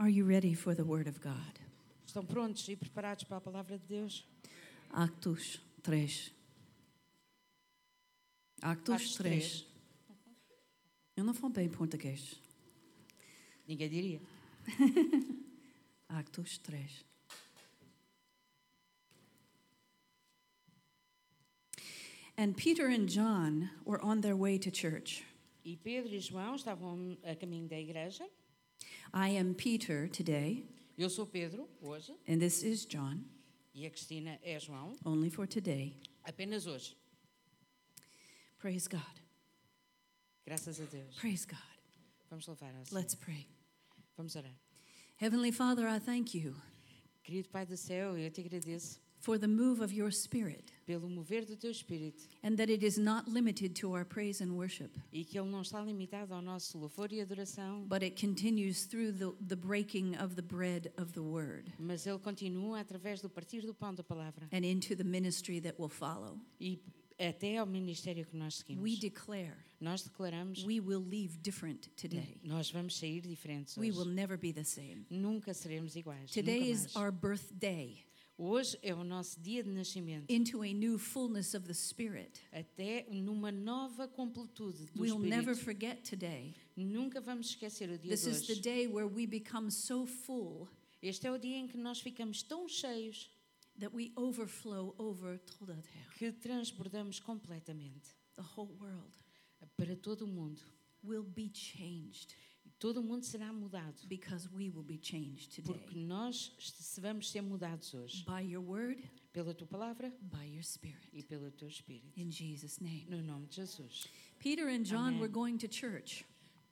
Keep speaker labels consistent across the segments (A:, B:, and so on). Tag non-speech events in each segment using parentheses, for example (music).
A: Are you ready for the Word of God?
B: Estão prontos e preparados para a palavra de Deus?
A: Actos 3. Actos 3.
B: Atos três.
A: Eu não falo bem português.
B: Ninguém diria.
A: Actos 3. And Peter and John were on their way to church.
B: E Pedro e João estavam a caminho da igreja.
A: I am Peter today,
B: Eu sou Pedro, hoje,
A: and this is John,
B: e a Cristina é João,
A: only for today.
B: apenas hoje.
A: Praise God.
B: Graças a Deus.
A: Praise God.
B: Vamos louvar ao Senhor.
A: Let's pray.
B: Vamos orar.
A: Heavenly Father, I thank you
B: Querido Pai do céu, eu te agradeço
A: for the move of your Spirit
B: pelo mover do teu espírito
A: and that it is not limited to our praise and worship,
B: e que ele não está limitado ao nosso louvor e adoração,
A: but it continues through the, the breaking of the bread of the Word
B: mas ele continua através do partir do pão da palavra
A: and into the ministry that will follow.
B: e até ao ministério que nós seguimos.
A: We declare
B: Nós declaramos,
A: we will leave different today.
B: nós vamos sair diferentes
A: We
B: hoje.
A: will never be the same.
B: Nunca seremos iguais.
A: Today
B: nunca
A: is
B: mais.
A: our birthday
B: Hoje é o nosso dia de nascimento.
A: into a new fullness of the Spirit.
B: Até numa nova completude do
A: We'll never
B: Espírito.
A: forget today.
B: Nunca vamos esquecer o dia
A: This
B: de
A: is the
B: hoje.
A: day where we become so full
B: Este é o dia em que nós ficamos tão cheios
A: that we overflow over toda terra.
B: que transbordamos completamente
A: The whole world
B: para todo o mundo.
A: will be changed
B: Todo o mundo será mudado.
A: because we will be changed
B: Porque
A: today
B: nós se- vamos ser mudados hoje.
A: by your word,
B: Pela tua palavra
A: by your
B: e
A: spirit.
B: pelo teu Espírito.
A: In Jesus' name.
B: No nome de Jesus.
A: Peter and John
B: Amen.
A: were going to church.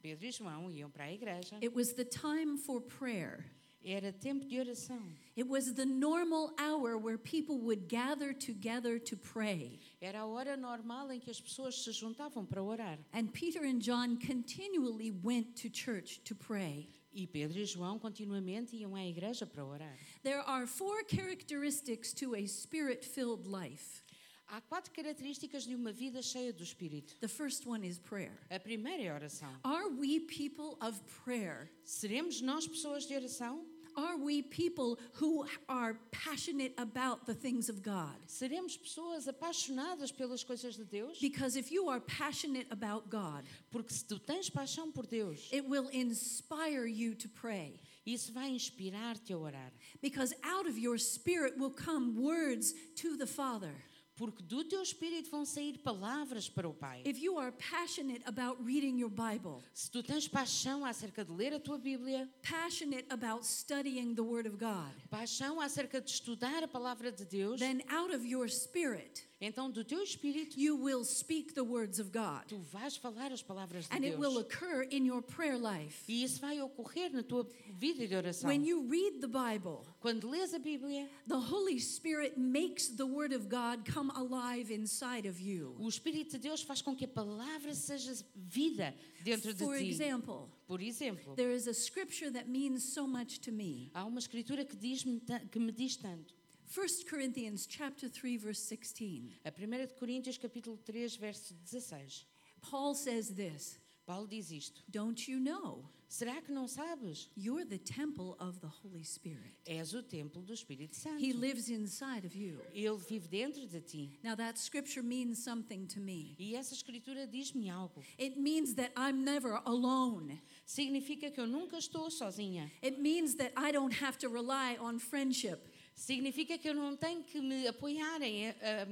B: Pedro e João iam para a igreja.
A: It was the time for prayer.
B: Era tempo de oração.
A: It was the normal hour where people would gather together to pray.
B: Era a hora normal em que as pessoas se juntavam para orar.
A: And Peter and John continually went to church to pray.
B: E Pedro e João continuamente iam à igreja para orar.
A: There are four characteristics to a spirit filled life.
B: Há quatro características de uma vida cheia do Espírito.
A: The first one is prayer.
B: A primeira é a oração.
A: Are we people of prayer?
B: Seremos nós pessoas de oração?
A: Are we people who are passionate about the things of God?
B: Seremos pessoas apaixonadas pelas coisas de Deus?
A: Because if you are passionate about God,
B: Porque se tu tens paixão por Deus,
A: it will inspire you to pray.
B: isso vai inspirar-te a orar.
A: Because out of your spirit will come words to the Father.
B: Porque do teu espírito vão sair palavras para o Pai.
A: If you are passionate about reading your Bible,
B: Se tu tens paixão acerca de ler a tua Bíblia,
A: passionate about studying the Word of God,
B: paixão acerca de estudar a palavra de Deus,
A: then out of your spirit,
B: então do teu espírito
A: you will speak the words of God.
B: tu vais falar as palavras de
A: And it will
B: Deus.
A: occur in your prayer life.
B: E isso vai ocorrer na tua vida de oração.
A: When you read the Bible,
B: Quando lês a Bíblia,
A: the Holy Spirit makes the Word of God come alive inside of you.
B: o Espírito de Deus faz com que a palavra seja vida dentro de
A: For
B: ti.
A: example,
B: Por exemplo,
A: there is a scripture that means so much to me.
B: há uma escritura que, diz que me diz tanto.
A: 1 Corinthians chapter 3 verse 16.
B: A 1 de Coríntios capítulo 3, verso 16.
A: Paul says this,
B: Paulo diz isto.
A: "Don't you know
B: Será que não sabes?
A: you're the temple of the Holy Spirit?
B: És o templo do Espírito Santo.
A: He lives inside of you."
B: Ele vive dentro de ti.
A: Now that scripture means something to me.
B: E essa escritura diz-me algo.
A: It means that I'm never alone.
B: Significa que eu nunca estou sozinha.
A: It means that I don't have to rely on friendship.
B: Significa que eu não tenho que me apoiar em ah,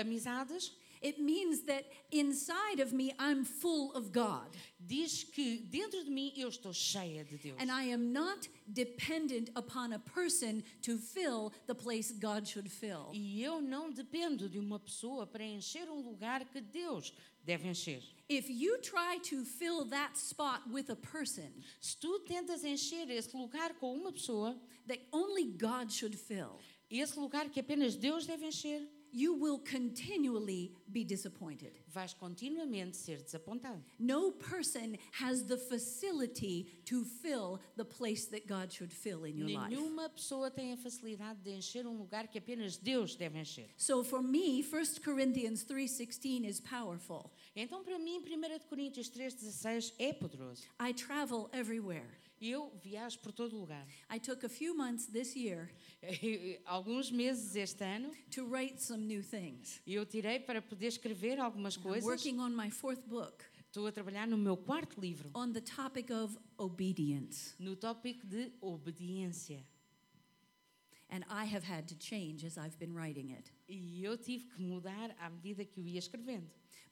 B: amizades.
A: It means that inside of me, I'm full of God.
B: Diz que dentro de mim eu estou cheia de Deus.
A: And I am not dependent upon a person to fill the place God should fill.
B: E eu não dependo de uma pessoa para encher um lugar que Deus deve encher.
A: If you try to fill that spot with a person
B: Se tu tentas encher esse lugar com uma pessoa,
A: that only God should fill,
B: esse lugar que apenas Deus deve encher,
A: you will continually be disappointed.
B: vais continuamente ser desapontado.
A: No person has the facility to fill the place that God should fill in your life.
B: Nenhuma pessoa tem a facilidade de encher um lugar que apenas Deus deve encher.
A: So for me, 1 Corinthians 3:16 is powerful.
B: Então, para mim, 1 de Coríntios 3,16 é poderoso.
A: I travel everywhere.
B: Eu viajo por todo lugar.
A: I took a few months this year
B: (laughs) Alguns meses este ano
A: to write some new things.
B: eu tirei para poder escrever algumas
A: I'm
B: coisas.
A: working on my fourth book
B: Estou a trabalhar no meu quarto livro,
A: on the topic of obedience.
B: no tópico de obediência.
A: And I have had to change as I've been writing it.
B: E eu tive que mudar à medida que o ia escrevendo.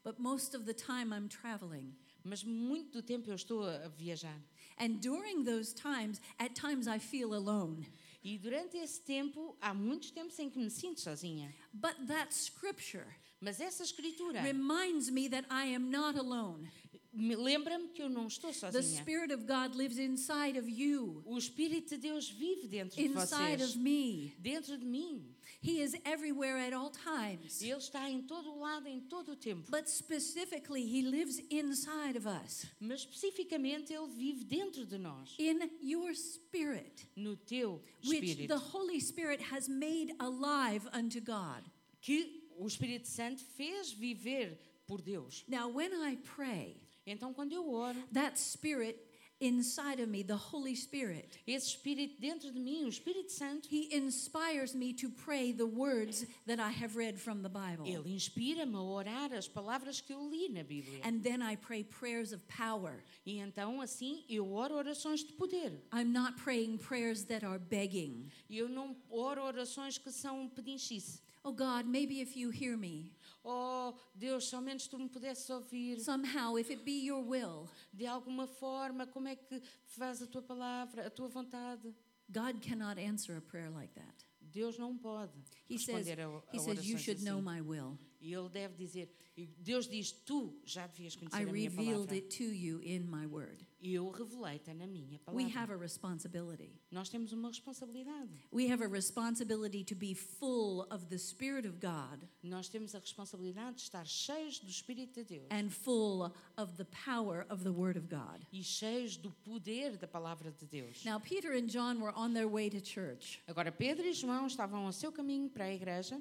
A: But most of the time I'm traveling.
B: Mas muito do tempo eu estou a a viajar.
A: And during those times, at times I feel alone.
B: E durante esse tempo, há muitos tempos em que me sinto sozinha.
A: But that scripture
B: Mas essa escritura
A: reminds me that I am not alone.
B: me- lembra-me que eu não estou
A: The
B: sozinha.
A: Spirit of God lives inside of you,
B: O Espírito de Deus vive dentro de
A: inside
B: vocês,
A: of me.
B: dentro de mim.
A: He is everywhere at all times.
B: Ele está em todo o lado, em todo o tempo.
A: But specifically, He lives inside of us,
B: Mas especificamente, Ele vive dentro de nós,
A: in your spirit,
B: no teu
A: which
B: espírito,
A: the Holy Spirit has made alive unto God.
B: que o Espírito Santo fez viver por Deus.
A: Now, when I pray,
B: Então, quando eu oro,
A: that spirit inside of me, the Holy Spirit,
B: esse Espírito dentro de mim, o Espírito Santo,
A: He inspires me to pray the words that I have read from the Bible.
B: Ele inspira-me a orar as palavras que eu li na Bíblia.
A: And then I pray prayers of power.
B: E então, assim, eu oro orações de poder.
A: I'm not praying prayers that are begging.
B: Eu não oro orações que são um pedinchice.
A: Oh God, maybe if you hear me,
B: Oh, Deus, somente tu me pudesses ouvir
A: somehow, if it be your will,
B: de alguma forma, como é que faz a tua palavra, a tua vontade?
A: God cannot answer a prayer like that.
B: Deus não pode
A: He says,
B: responder a, a
A: he says
B: orações
A: You should
B: assim.
A: know my will.
B: E ele deve dizer, e Deus diz, tu já devias conhecer
A: I
B: a minha
A: revealed
B: palavra.
A: it to you in my word.
B: E eu revelei-te na minha
A: We
B: palavra.
A: have a responsibility.
B: Nós temos uma responsabilidade.
A: We have a responsibility to be full of the Spirit of God
B: Nós temos a responsabilidade de estar cheios do Espírito de Deus
A: and full of the power of the Word of God.
B: e cheios do poder da palavra de Deus.
A: Now, Peter and John were on their way to church.
B: Agora, Pedro e João estavam ao seu caminho para a igreja.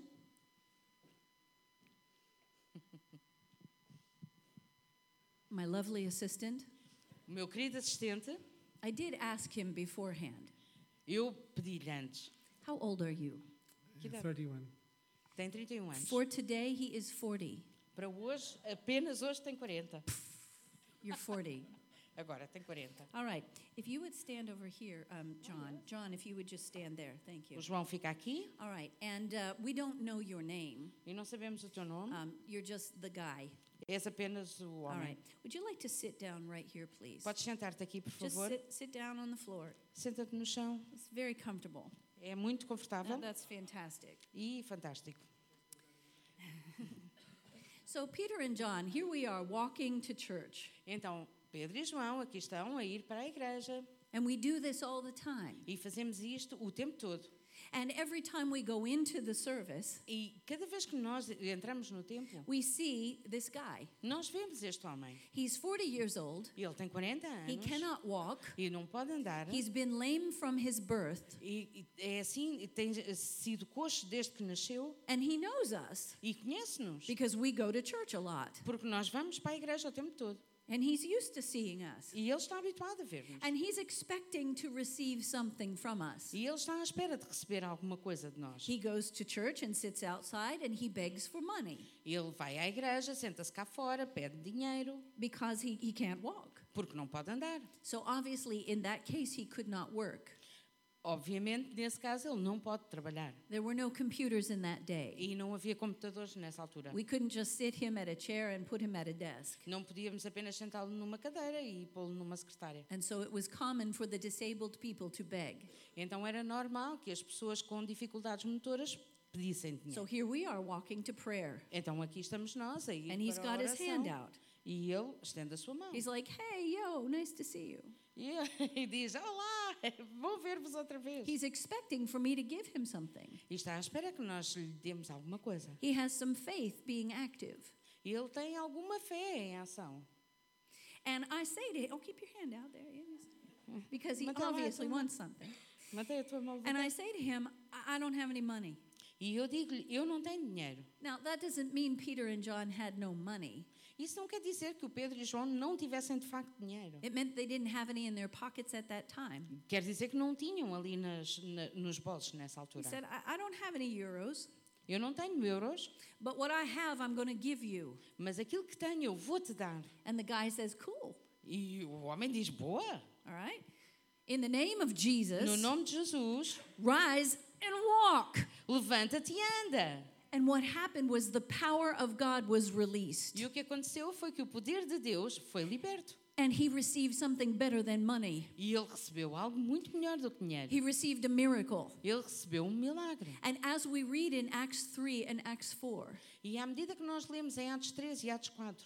A: My lovely assistant,
B: O meu querido assistente,
A: I did ask him beforehand,
B: eu pedi-lhe antes.
A: How old are you?
B: Keep
C: Uh,
B: up.
C: 31.
B: Tem 31 anos.
A: For today, he is 40.
B: Para hoje, apenas hoje tem 40.
A: You're 40.
B: Agora tem 40.
A: (laughs) All right. If you would stand over here, um, John. John, if you would just stand there. Thank you.
B: O João fica aqui
A: All right. And uh, we don't know your name.
B: e não sabemos o teu nome.
A: Um, you're just the guy.
B: És apenas o
A: All
B: homem.
A: right. Would you like to sit down right here, please?
B: Podes sentar-te aqui, por
A: Just
B: favor.
A: sit, sit down on the floor.
B: Senta-te no chão.
A: It's very comfortable.
B: É muito
A: Now,
B: confortável
A: that's fantastic.
B: e fantástico.
A: So, Peter and John, here we are walking to church.
B: Então, Pedro e João aqui estão a ir para a igreja
A: And we do this all the time.
B: e fazemos isto o tempo todo.
A: And every time we go into the service,
B: E cada vez que nós entramos no templo,
A: we see this guy.
B: nós vemos este homem.
A: He's 40 years old.
B: Ele tem 40 anos
A: He cannot walk.
B: e não pode andar.
A: He's been lame from his birth.
B: E, e é assim, e tem sido coxo desde que nasceu
A: And he knows us
B: e conhece-nos.
A: because we go to church a lot.
B: Porque nós vamos para a igreja o tempo todo.
A: And he's used to seeing us.
B: E ele está habituado a ver-nos.
A: And he's expecting to receive something from us.
B: E ele está à espera de receber alguma coisa de nós.
A: He goes to church and sits outside and he begs for money
B: Ele vai à igreja, senta-se cá fora, pede dinheiro,
A: because he, he can't walk.
B: porque não pode andar.
A: So obviously, in that case, he could not work.
B: Obviamente, nesse caso, ele não pode trabalhar.
A: There were no computers in that day.
B: E não havia computadores nessa altura.
A: We couldn't just sit him at a chair and put him at a desk.
B: Não podíamos apenas sentá-lo numa cadeira e pô-lo numa secretária.
A: And so it was common for the disabled people to beg.
B: Então era normal que as pessoas com dificuldades motoras pedissem
A: So
B: dinheiro.
A: here we are walking to prayer.
B: Então aqui estamos nós aí
A: And he's
B: para a
A: got his
B: oração.
A: hand out.
B: E ele estende a sua mão.
A: He's like, hey, yo, nice to see you.
B: E, ele- (laughs) e diz, olá, (laughs) vou ver-vos outra vez.
A: He's expecting for me to give him something.
B: E está à espera que nós lhe demos alguma coisa.
A: He has some faith being active.
B: E ele tem alguma fé em ação.
A: And I say to him, oh, keep your hand out there. yeah, yes." Because he
B: But they'll have
A: obviously
B: to-
A: wants something.
B: Mantém a é tua mão.
A: And I say to him, I, I don't have any money.
B: E eu digo-lhe: eu não tenho dinheiro.
A: Now, that doesn't mean Peter and John had no money.
B: Isso não quer dizer que o Pedro e João não tivessem de facto dinheiro.
A: It meant they didn't have any in their pockets at that time.
B: Quer dizer que não tinham ali nas, na- nos bolsos nessa
A: He
B: altura.
A: said, I, I don't have any euros,
B: Eu não tenho euros,
A: but what I have, I'm going to give you.
B: mas aquilo que tenho eu vou-te dar.
A: And the guy says, Cool.
B: E o homem diz: boa,
A: All right. In the name of Jesus,
B: no nome de Jesus,
A: rise and walk.
B: levanta-te e anda.
A: And what happened was the power of God was released,
B: E o que aconteceu foi que o poder de Deus foi liberto.
A: and he received something better than money.
B: E ele recebeu algo muito melhor do que dinheiro.
A: He received a miracle.
B: Ele recebeu um milagre.
A: And as we read in Acts 3 and Acts 4,
B: E à medida que nós lemos em Atos 3 e Atos 4,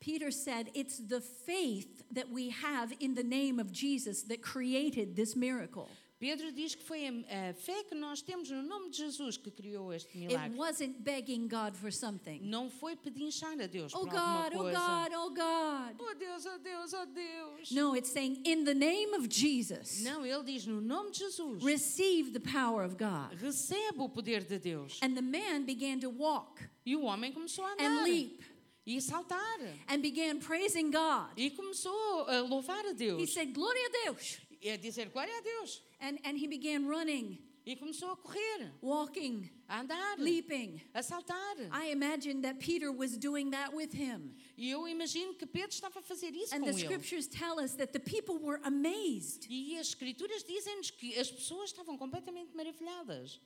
A: Peter said, It's the faith that we have in the name of Jesus that created this miracle.
B: Pedro diz que foi a a fé que nós temos no nome de Jesus que criou este
A: It
B: milagre.
A: wasn't begging God for something.
B: Não foi pedinchar a Deus
A: Oh
B: por alguma
A: God, oh
B: coisa.
A: God, oh God.
B: Oh Deus, oh Deus, oh Deus.
A: No, it's saying, In the name of Jesus,
B: Não, ele diz no nome de Jesus.
A: receive the power of God.
B: Recebe o poder de Deus.
A: And the man began to walk
B: E o homem começou a
A: and
B: andar
A: leap
B: e saltar.
A: and began praising God.
B: E começou a louvar a
A: He
B: Deus.
A: said, Gloria Deus.
B: E a dizer glória a Deus.
A: And, and he began running,
B: E começou a correr,
A: walking,
B: a andar,
A: leaping.
B: a saltar.
A: I imagine that Peter was doing that with him.
B: E eu imagino que Pedro estava a fazer isso
A: And
B: com
A: the
B: ele.
A: scriptures tell us that the people were amazed.
B: E as escrituras dizem-nos que as pessoas estavam completamente maravilhadas.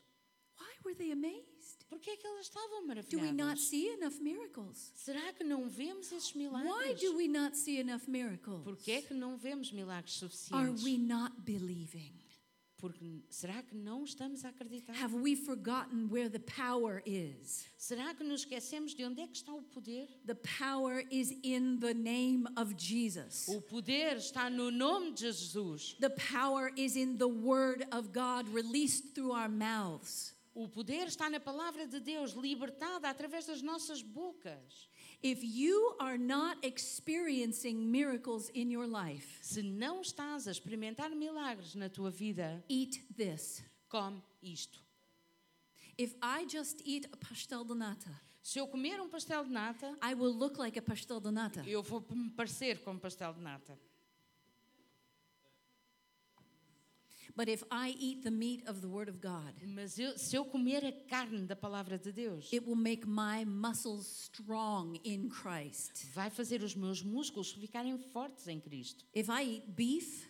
A: Why were they amazed?
B: Porquê é que elas estavam
A: Do we not
B: maravilhadas?
A: see enough miracles?
B: Será que não vemos esses
A: Why
B: milagres?
A: do we not see enough miracles?
B: Porquê é que não vemos milagres
A: Are
B: suficientes?
A: we not believing?
B: Porque será que não estamos a acreditar?
A: Have we forgotten where the power is?
B: Será que nos esquecemos de onde é que está o poder?
A: The power is in the name of Jesus.
B: O poder está no nome de Jesus.
A: The power is in the word of God released through our mouths.
B: O poder está na palavra de Deus, libertada através das nossas bocas.
A: If you are not experiencing miracles in your life,
B: Se não estás a experimentar milagres na tua vida,
A: eat this.
B: come isto.
A: If I just eat a pastel de nata,
B: Se eu comer um pastel de nata,
A: I will look like a pastel de nata.
B: eu vou me parecer com pastel de nata.
A: But if I eat the meat of the Word of God,
B: Mas eu- se eu comer a carne da palavra de Deus,
A: it will make my muscles strong in Christ.
B: vai fazer os meus músculos ficarem fortes em Cristo.
A: If I eat beef,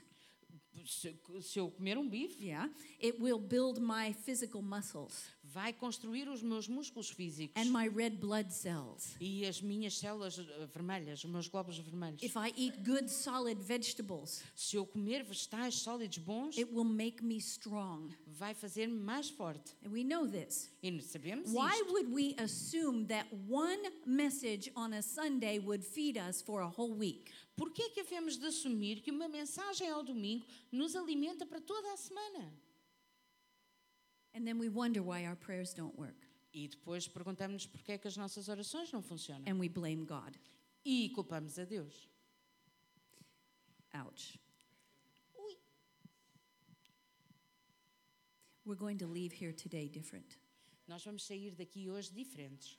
B: Se, se eu comer um bife,
A: yeah, it will build my physical muscles
B: vai construir os meus músculos físicos
A: and my red blood cells.
B: e as minhas células eh, vermelhas, os meus glóbulos vermelhos.
A: If I eat good solid vegetables,
B: Se eu comer vegetais sólidos bons,
A: it will make me strong.
B: vai fazer-me mais forte.
A: And we know this.
B: E nós sabemos
A: Why
B: isto.
A: would we assume that one message on a Sunday would feed us for a whole week?
B: Porquê é que havemos de assumir que uma mensagem ao domingo nos alimenta para toda a semana?
A: And then we wonder why our prayers don't work
B: E depois perguntamos-nos porquê é que as nossas orações não funcionam.
A: and we blame God.
B: E culpamos a Deus.
A: Ouch. We're going to leave here today different.
B: Nós vamos sair daqui hoje diferentes.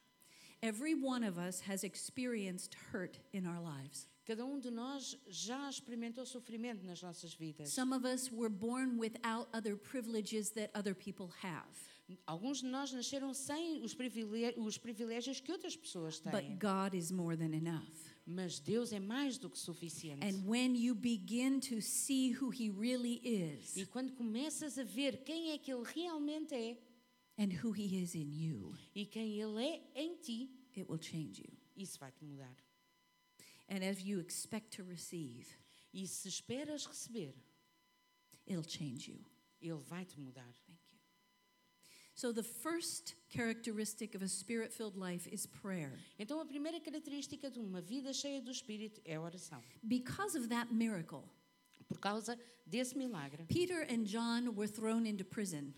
A: Every one of us has experienced hurt in our lives.
B: Cada um de nós já experimentou sofrimento nas nossas vidas.
A: Some of us were born without other privileges that other people have,
B: Alguns de nós nasceram sem os, privile- os privilégios que outras pessoas têm.
A: but God is more than enough.
B: Mas Deus é mais do que suficiente.
A: And when you begin to see who He really is
B: E quando começas a ver quem é que Ele realmente é
A: and who He is in you,
B: e quem Ele é em ti,
A: it will change you.
B: isso vai-te mudar.
A: And as you expect to receive,
B: E se esperas receber,
A: it'll change you.
B: Ele vai-te mudar.
A: Thank you. So, the first characteristic of a spirit filled life is prayer.
B: Então, a primeira característica de uma vida cheia do Espírito é a oração.
A: Because of that miracle,
B: Por causa desse milagre,
A: Peter and John were thrown into prison.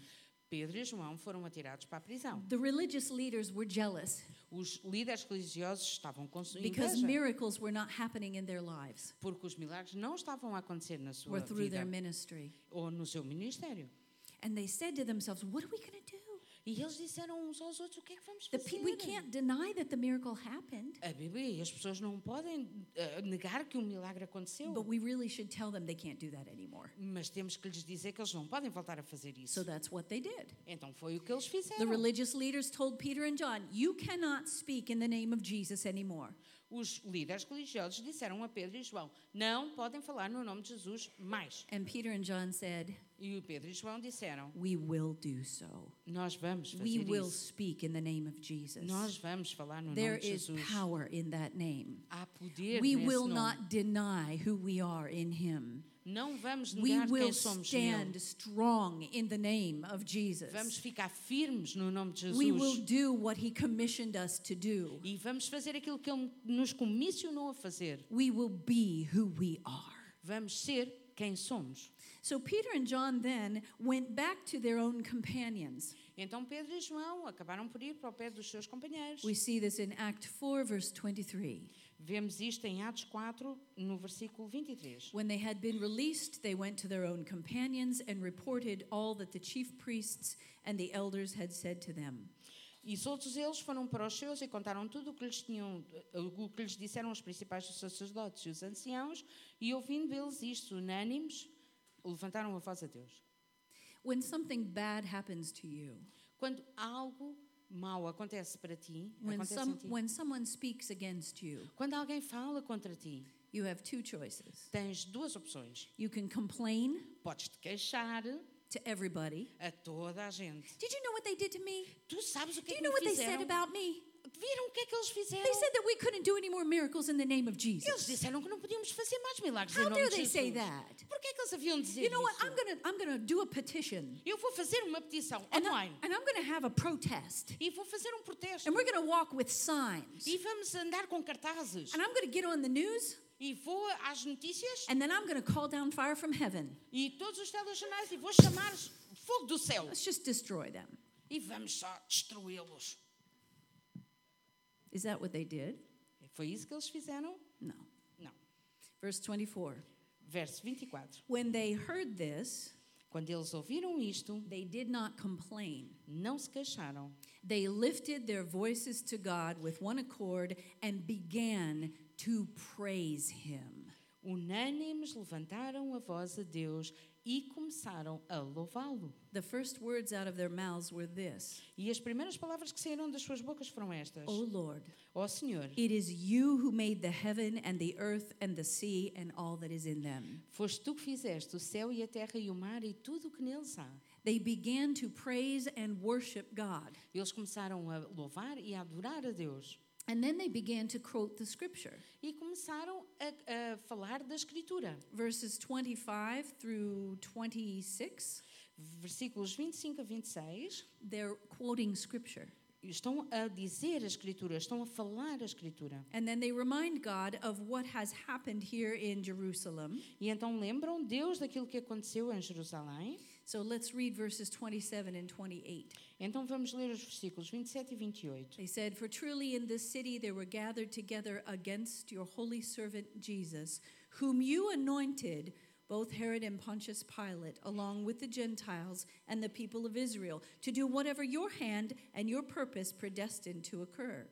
B: Pedro e João foram atirados para a prisão.
A: The religious leaders were jealous
B: Os líderes religiosos estavam com su-
A: because
B: inveja,
A: miracles were not happening in their lives
B: porque os milagres não estavam a acontecer na
A: or
B: sua
A: through
B: vida
A: their ministry.
B: ou no seu ministério.
A: And they said to themselves, What are we going to do?
B: E E eles disseram uns aos outros o que é que vamos
A: The
B: fazer.
A: pe- we can't deny that the miracle happened,
B: A Bíblia e as pessoas não podem eh, negar que o milagre aconteceu,
A: but we really should tell them they can't do that anymore.
B: mas temos que lhes dizer que eles não podem voltar a fazer
A: So
B: isso.
A: that's what they did.
B: Então foi o que eles
A: The
B: fizeram.
A: religious leaders told Peter and John, You cannot speak in the name of Jesus anymore.
B: Os líderes religiosos disseram a Pedro e João: não podem falar no nome de Jesus mais.
A: And Peter and John said,
B: E o Pedro e João disseram:
A: We will do so.
B: nós vamos
A: We
B: fazer
A: will
B: isso.
A: speak in the name of Jesus.
B: Nós vamos falar no
A: There
B: nome de
A: is
B: Jesus.
A: power in that name.
B: Há poder
A: We
B: nesse
A: will
B: nome.
A: not deny who we are in Him.
B: Não vamos
A: We
B: negar
A: will
B: quem somos nele.
A: stand strong in the name of
B: Vamos
A: Jesus.
B: ficar firmes no nome de
A: We will
B: Jesus.
A: do what He commissioned us to do.
B: E vamos fazer aquilo que Ele nos comissionou a fazer.
A: We will be who we are.
B: Vamos ser quem somos.
A: So Peter and John then went back to their own companions.
B: Então Pedro e João acabaram por ir para o pé dos seus companheiros.
A: We see this in Act 4, verse 23.
B: Vemos isto em Atos 4, no versículo 23.
A: When they had been released, they went to their own companions and reported all that the chief priests and the elders had said to them.
B: E soltos eles foram para os seus e contaram tudo o que lhes tinham, o que lhes disseram os principais sacerdotes e os anciãos, e ouvindo eles isto unânimes, levantaram a voz a Deus.
A: When something bad happens to you,
B: Quando algo mau acontece para ti,
A: when,
B: acontece
A: some,
B: em ti,
A: when someone speaks against you,
B: quando alguém fala contra ti,
A: you have two choices.
B: tens duas opções.
A: You can complain
B: Podes te queixar
A: to everybody.
B: a toda a gente.
A: Did you know what they did to me?
B: Tu sabes o
A: Do
B: que
A: you
B: é que
A: know
B: me
A: what they said
B: fizeram?
A: about me?
B: Viram o que é que eles fizeram?
A: They said that we couldn't do any more miracles in the name of
B: Eles
A: Jesus.
B: disseram que não podíamos fazer mais milagres em
A: How
B: nome
A: dare
B: de
A: they
B: Jesus.
A: say that?
B: Porquê é que eles haviam de dizer
A: You know what?
B: isso?
A: I'm gonna I'm gonna do a petition
B: Eu vou fazer uma petição
A: and, I,
B: online
A: and I'm gonna have a protest
B: e vou fazer um protesto
A: and we're gonna walk with signs
B: e vamos andar com cartazes
A: and I'm gonna get on the news
B: e vou às notícias
A: and then I'm gonna call down fire from heaven.
B: e todos os telejornais e vou chamar fogo do céu
A: Let's just destroy them.
B: e vamos só destruí-los.
A: Is that what they did?
B: Foi isso que eles fizeram?
A: No.
B: Não.
A: Verse 24.
B: Verso 24.
A: When they heard this,
B: Quando eles ouviram isto,
A: they did not complain.
B: não se queixaram.
A: They lifted their voices to God with one accord and began to praise him.
B: Unânimes levantaram a voz a Deus e começaram a louvá-lo.
A: The first words out of their mouths were this
B: E as primeiras palavras que saíram das suas bocas foram estas:
A: O Lord,
B: Ó Senhor,
A: it is you who made the heaven and the earth and the sea and all that is in them.
B: foste tu que fizeste o céu e a terra e o mar e tudo o que neles há.
A: They began to praise and worship God.
B: Eles começaram a louvar e a adorar a Deus.
A: And then they began to quote the scripture.
B: E começaram a, a falar da Escritura.
A: Verses 25 through 26,
B: Versículos 25 a 26
A: they're quoting scripture.
B: estão a dizer a Escritura, estão a falar a Escritura.
A: And then they remind God of what has happened here in Jerusalem.
B: E então lembram Deus daquilo que aconteceu em Jerusalém.
A: So let's read verses 27 and 28.
B: Então vamos ler os versículos 27 e 28.
A: They said, For truly in this city there were gathered together against your holy servant Jesus, whom you anointed, both Herod and Pontius Pilate, along with the Gentiles and the people of Israel, to do whatever your hand and your purpose predestined to occur.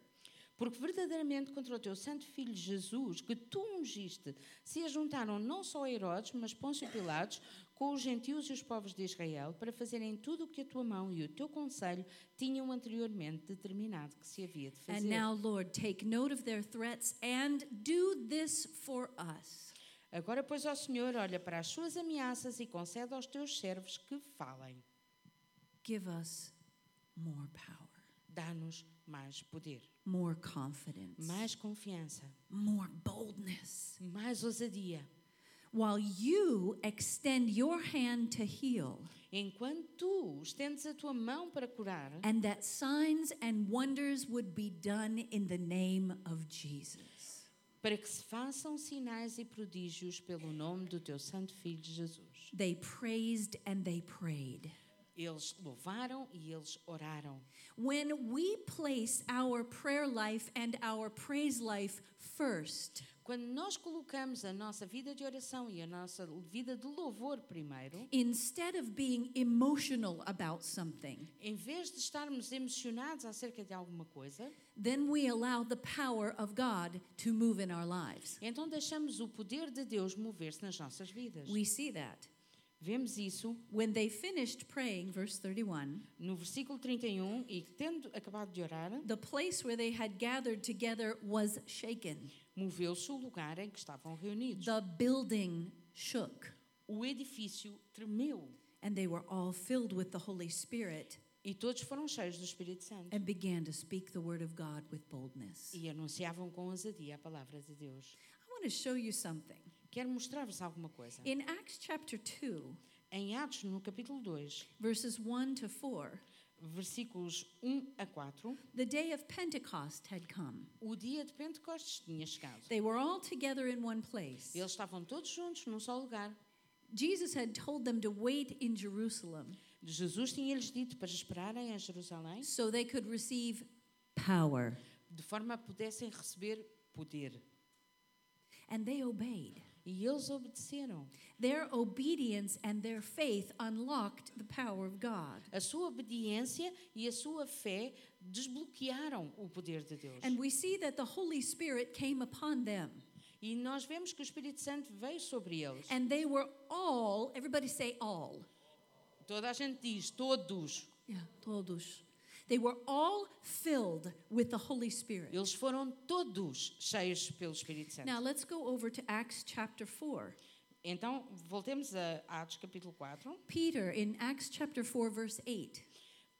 B: Porque verdadeiramente contra o teu santo filho Jesus, que tu ungiste, se ajuntaram não só Herodes, mas Pôncio Pilatos, com os gentios e os povos de Israel, para fazerem tudo o que a tua mão e o teu conselho tinham anteriormente determinado que se havia de fazer.
A: And now, Lord, take note of their threats and do this for us.
B: Agora, pois, ó Senhor, olha para as suas ameaças e concede aos teus servos que falem.
A: Give us more power,
B: Dá-nos mais poder,
A: more confidence,
B: mais confiança,
A: more boldness.
B: mais ousadia.
A: while you extend your hand to heal,
B: Enquanto tu estendes a tua mão para curar,
A: and that signs and wonders would be done in the name of Jesus.
B: para que se façam sinais e prodígios pelo nome do teu santo filho Jesus.
A: They praised and they prayed.
B: Eles louvaram e eles oraram.
A: When we place our prayer life and our praise life first,
B: Quando nós colocamos a nossa vida de oração e a nossa vida de louvor primeiro,
A: instead of being emotional about something,
B: em vez de estarmos emocionados acerca de alguma coisa,
A: then we allow the power of God to move in our lives.
B: então deixamos o poder de Deus mover-se nas nossas vidas.
A: We see that.
B: Vemos isso
A: When they finished praying, verse 31,
B: no versículo 31 e tendo acabado de orar,
A: the place where they had gathered together was shaken.
B: moveu-se o lugar em que estavam reunidos.
A: The building shook,
B: O edifício tremeu
A: and they were all filled with the Holy Spirit
B: e todos foram cheios do Espírito Santo
A: and began to speak the word of God with boldness.
B: e anunciavam com ousadia a palavra de Deus.
A: I want to show you something.
B: Quero mostrar-vos alguma coisa.
A: In Acts chapter 2,
B: Em Atos, no capítulo 2,
A: verses 1 to 4,
B: versículos 1 a 4,
A: the day of Pentecost had come.
B: o dia de Pentecostes tinha chegado.
A: They were all together in one place.
B: Eles estavam todos juntos num só lugar.
A: Jesus had told them to wait in Jerusalem
B: Jesus tinha-lhes dito para esperarem a Jerusalém,
A: so they could receive power.
B: de forma a pudessem receber poder.
A: And they obeyed.
B: E eles obedeceram.
A: Their obedience and their faith unlocked the power of God.
B: A sua obediência e a sua fé desbloquearam o poder de Deus.
A: And we see that the Holy Spirit came upon them.
B: E nós vemos que o Espírito Santo veio sobre eles.
A: And they were all, everybody say all.
B: Toda a gente diz, todos.
A: Yeah, todos. They were all filled with the Holy Spirit.
B: Eles foram todos cheios pelo Espírito Santo.
A: Now let's go over to Acts chapter 4.
B: Então, voltemos a Atos capítulo 4.
A: Peter in Acts chapter 4, verse 8,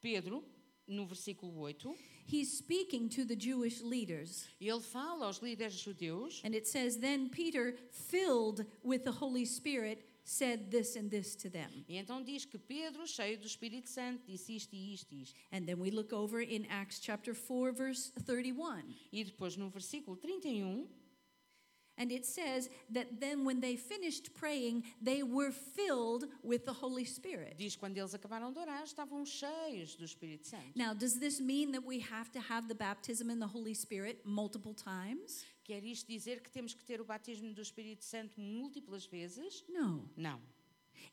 B: Pedro, no versículo 8,
A: he's speaking to the Jewish leaders.
B: ele fala aos líderes judeus
A: And it says, Then Peter, filled with the Holy Spirit, said this and this to them.
B: e então diz que Pedro, cheio do Espírito Santo, disse isto e isto e isto.
A: And then we look over in Acts chapter 4, verse 31.
B: E depois, no versículo 31,
A: And it says that then when they finished praying, they were filled with the Holy Spirit.
B: diz quando eles acabaram de orar, estavam cheios do Espírito Santo.
A: Now, does this mean that we have to have the baptism in the Holy Spirit multiple times?
B: Quer isto dizer que temos que ter o batismo do Espírito Santo múltiplas vezes?
A: No.
B: Não.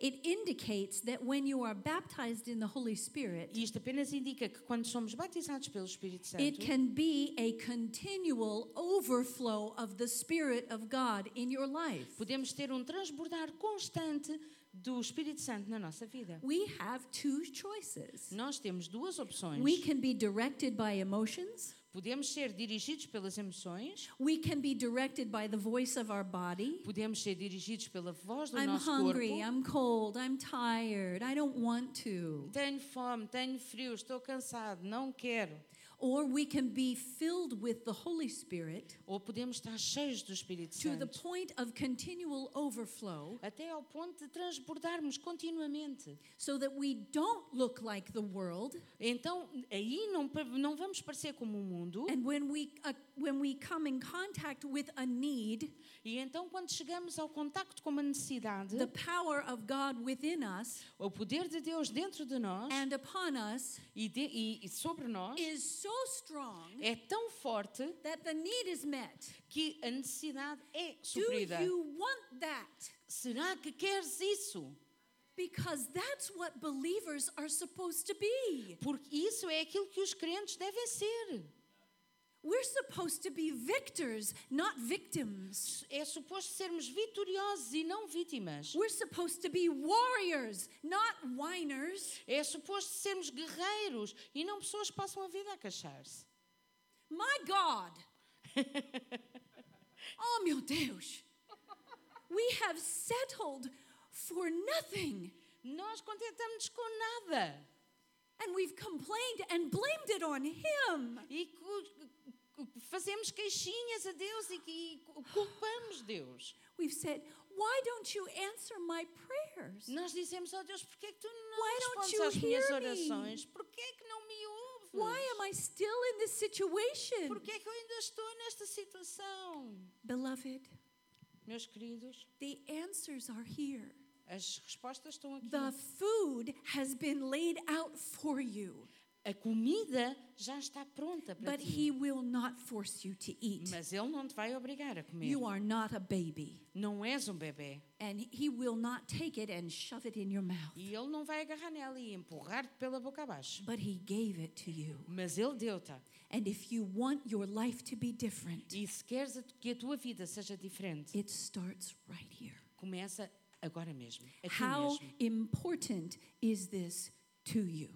A: It indicates that when you are baptized in the Holy Spirit,
B: Isto apenas indica que quando somos batizados pelo Espírito Santo,
A: It can be a continual overflow of the Spirit of God in your life.
B: podemos ter um transbordar constante do Espírito Santo na nossa vida.
A: We have two choices.
B: Nós temos duas opções.
A: We can be directed by emotions,
B: Podemos ser dirigidos pelas emoções,
A: we can be directed by the voice of our body.
B: podemos ser dirigidos pela voz do
A: I'm
B: nosso
A: hungry,
B: corpo.
A: I'm cold, I'm tired, I don't want to.
B: Tenho fome, tenho frio, estou cansado, não quero.
A: Or we can be filled with the Holy Spirit
B: Ou podemos estar cheios do Espírito
A: to the
B: Santo.
A: point of continual overflow
B: Até ao ponto de transbordarmos continuamente.
A: so that we don't look like the world.
B: Então, aí não, pa- não vamos parecer como o mundo.
A: And when we, uh, when we come in contact with a need,
B: E então, quando chegamos ao contacto com uma necessidade,
A: the power of God within us
B: o poder de Deus dentro de nós
A: and upon us
B: e, de- e- e sobre nós
A: is so strong
B: é tão forte
A: that the need is met.
B: que a necessidade é
A: Do
B: suprida.
A: you want that?
B: Será que queres isso?
A: Because that's what believers are supposed to be.
B: Porque isso é aquilo que os crentes devem ser.
A: We're supposed to be victors, not victims.
B: É suposto sermos vitoriosos e não vítimas.
A: We're supposed to be warriors, not whiners.
B: É suposto sermos guerreiros e não pessoas que passam a vida a queixar-se.
A: My God. oh, meu Deus. We have settled for nothing.
B: Nós contentamos-nos com nada
A: And we've complained and blamed it on him.
B: e cu- cu- fazemos queixinhas a Deus e, que- e cu- culpamos Deus.
A: We've said, Why don't you answer my prayers?
B: Nós dizemos, oh Deus, porquê é que tu não
A: Why don't
B: respondes
A: you
B: às minhas
A: hear me?
B: orações? Porquê é que não me ouves?
A: Why am I still in this situation?
B: Porquê é que eu ainda estou nesta situação?
A: Beloved,
B: Meus queridos,
A: the answers are here.
B: As respostas estão aqui.
A: The food has been laid out for you,
B: A comida já está pronta para
A: but
B: ti.
A: He will not force you to eat.
B: Mas ele não te vai obrigar a comer.
A: You are not a baby,
B: Não és um bebê.
A: and He will not take it and shove it in your mouth,
B: E ele não vai agarrar nela e empurrar-te pela boca abaixo.
A: but He gave it to you.
B: Mas ele deu-te.
A: And if you want your life to be different,
B: E se queres a- que a tua vida seja diferente,
A: it starts right here.
B: começa agora mesmo. Aqui
A: How
B: mesmo.
A: important is this to you?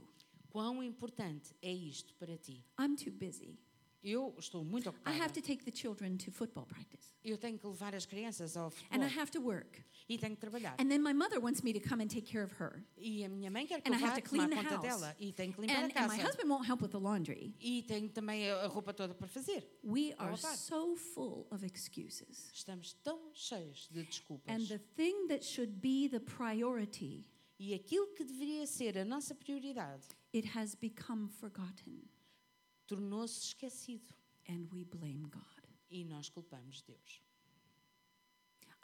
B: Quão importante é isto para ti?
A: I'm too busy.
B: Eu estou muito
A: I have
B: ocupada.
A: to take the children to football practice,
B: Eu tenho que levar as crianças ao futebol
A: and I have to work.
B: e tenho que trabalhar.
A: And then my mother wants me to come and take care of her.
B: E a minha mãe quer que
A: And
B: eu
A: I have
B: vá
A: to clean
B: tomar
A: the
B: conta
A: house.
B: dela e tenho que limpar
A: And,
B: a
A: and my
B: casa.
A: husband won't help with the laundry.
B: E tenho também a a roupa toda para fazer.
A: We
B: Ela
A: are
B: faz.
A: so full of excuses.
B: Estamos tão cheios de
A: And
B: desculpas.
A: the thing that should be the priority,
B: E aquilo que deveria ser a nossa prioridade
A: it has become forgotten,
B: tornou-se esquecido.
A: and we blame God.
B: E nós culpamos Deus.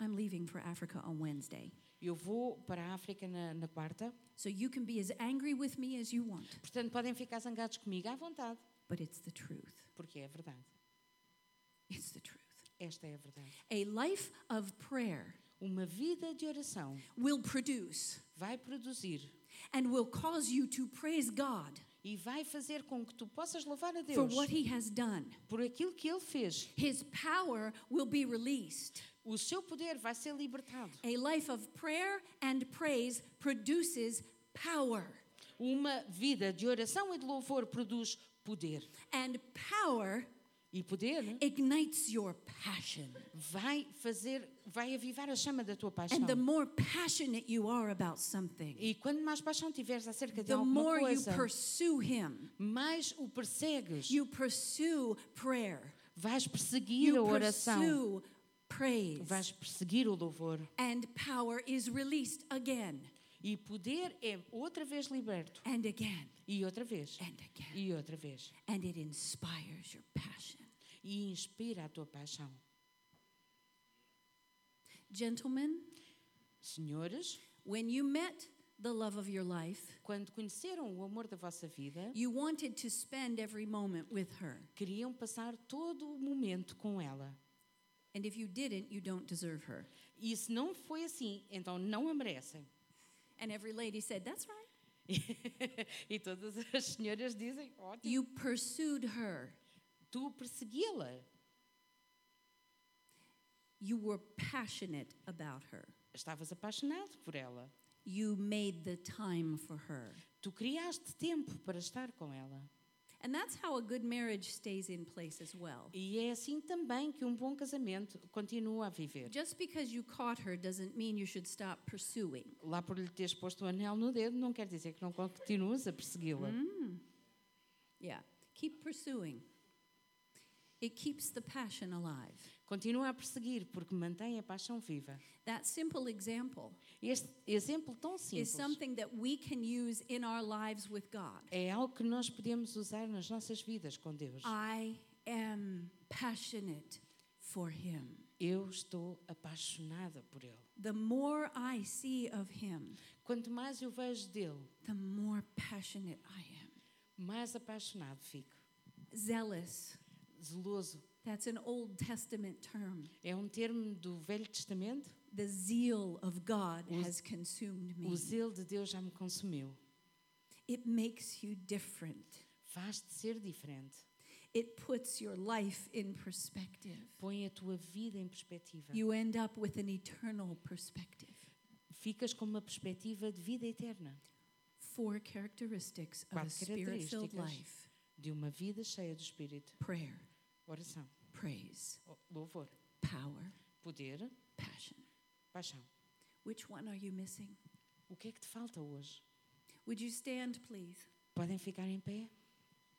A: I'm leaving for Africa on Wednesday.
B: Eu vou para a África na, na quarta.
A: So you can be as angry with me as you want,
B: Portanto, podem ficar zangados comigo à vontade.
A: but it's the truth.
B: Porque é a verdade.
A: It's the truth.
B: Esta é a verdade.
A: A life of prayer
B: Uma vida de oração
A: will produce
B: vai produzir
A: and will cause you to praise God
B: e vai fazer com que tu possas louvar a
A: for
B: Deus
A: what He has done.
B: por aquilo que Ele fez.
A: His power will be released.
B: O seu poder vai ser libertado.
A: A life of prayer and praise produces power,
B: Uma vida de oração e de louvor produz poder.
A: and power
B: E poder
A: ignites your passion.
B: vai fazer, vai avivar a chama da tua paixão.
A: And the more passionate you are about something,
B: E quando mais paixão tiveres acerca de
A: the
B: alguma
A: more you
B: coisa,
A: pursue Him.
B: mais o persegues.
A: You pursue prayer.
B: Vais perseguir a
A: You
B: oração.
A: pursue praise.
B: Vais perseguir o louvor.
A: And power is released again
B: E poder é outra vez liberto.
A: and again
B: E outra vez.
A: and again.
B: E outra vez.
A: And it inspires your passion.
B: E inspira a tua paixão.
A: Gentlemen,
B: Senhores,
A: when you met the love of your life,
B: quando conheceram o amor da vossa vida,
A: you wanted to spend every moment with her.
B: queriam passar todo o momento com ela.
A: And if you didn't, you don't deserve her.
B: E se não foi assim, então não a merecem. (laughs)
A: And every lady said, That's right.
B: e todas as senhoras dizem: ótimo,
A: You pursued her,
B: tu persegui-la.
A: you were passionate about her,
B: Estavas apaixonado por ela.
A: you made the time for her.
B: Tu criaste tempo para estar com ela.
A: And that's how a good marriage stays in place as well.
B: E é assim também que um bom casamento continua a viver.
A: Just because you caught her doesn't mean you should stop pursuing.
B: Lá por lhe teres posto o anel no dedo, não quer dizer que não continuas a persegui-la.
A: Yeah, keep pursuing. It keeps the passion alive.
B: Continua a perseguir porque mantém a paixão viva.
A: That simple example
B: Este exemplo tão
A: is
B: simples
A: something that we can use in our lives with God.
B: é algo que nós podemos usar nas nossas vidas com Deus.
A: I am passionate for Him.
B: Eu estou apaixonada por Ele.
A: The more I see of Him,
B: Quanto mais eu vejo dele,
A: the more passionate I am.
B: mais apaixonado fico.
A: Zealous,
B: Zeloso.
A: that's an Old Testament term.
B: É um termo do Velho Testamento.
A: The zeal of God
B: O-
A: has consumed
B: O
A: me.
B: zelo de Deus já me consumiu.
A: It makes you different.
B: Faz-te ser diferente.
A: It puts your life in perspective.
B: Põe a tua vida em perspectiva.
A: You end up with an eternal perspective.
B: Ficas com uma perspectiva de vida eterna.
A: Four characteristics of a
B: Quatro
A: spirit filled
B: características.
A: life
B: De uma vida cheia do Espírito.
A: prayer,
B: Oração.
A: praise,
B: o- Louvor.
A: power,
B: Poder.
A: passion.
B: Paixão.
A: Which one are you missing?
B: O que é que te falta hoje?
A: Would you stand, please?
B: Podem ficar em pé?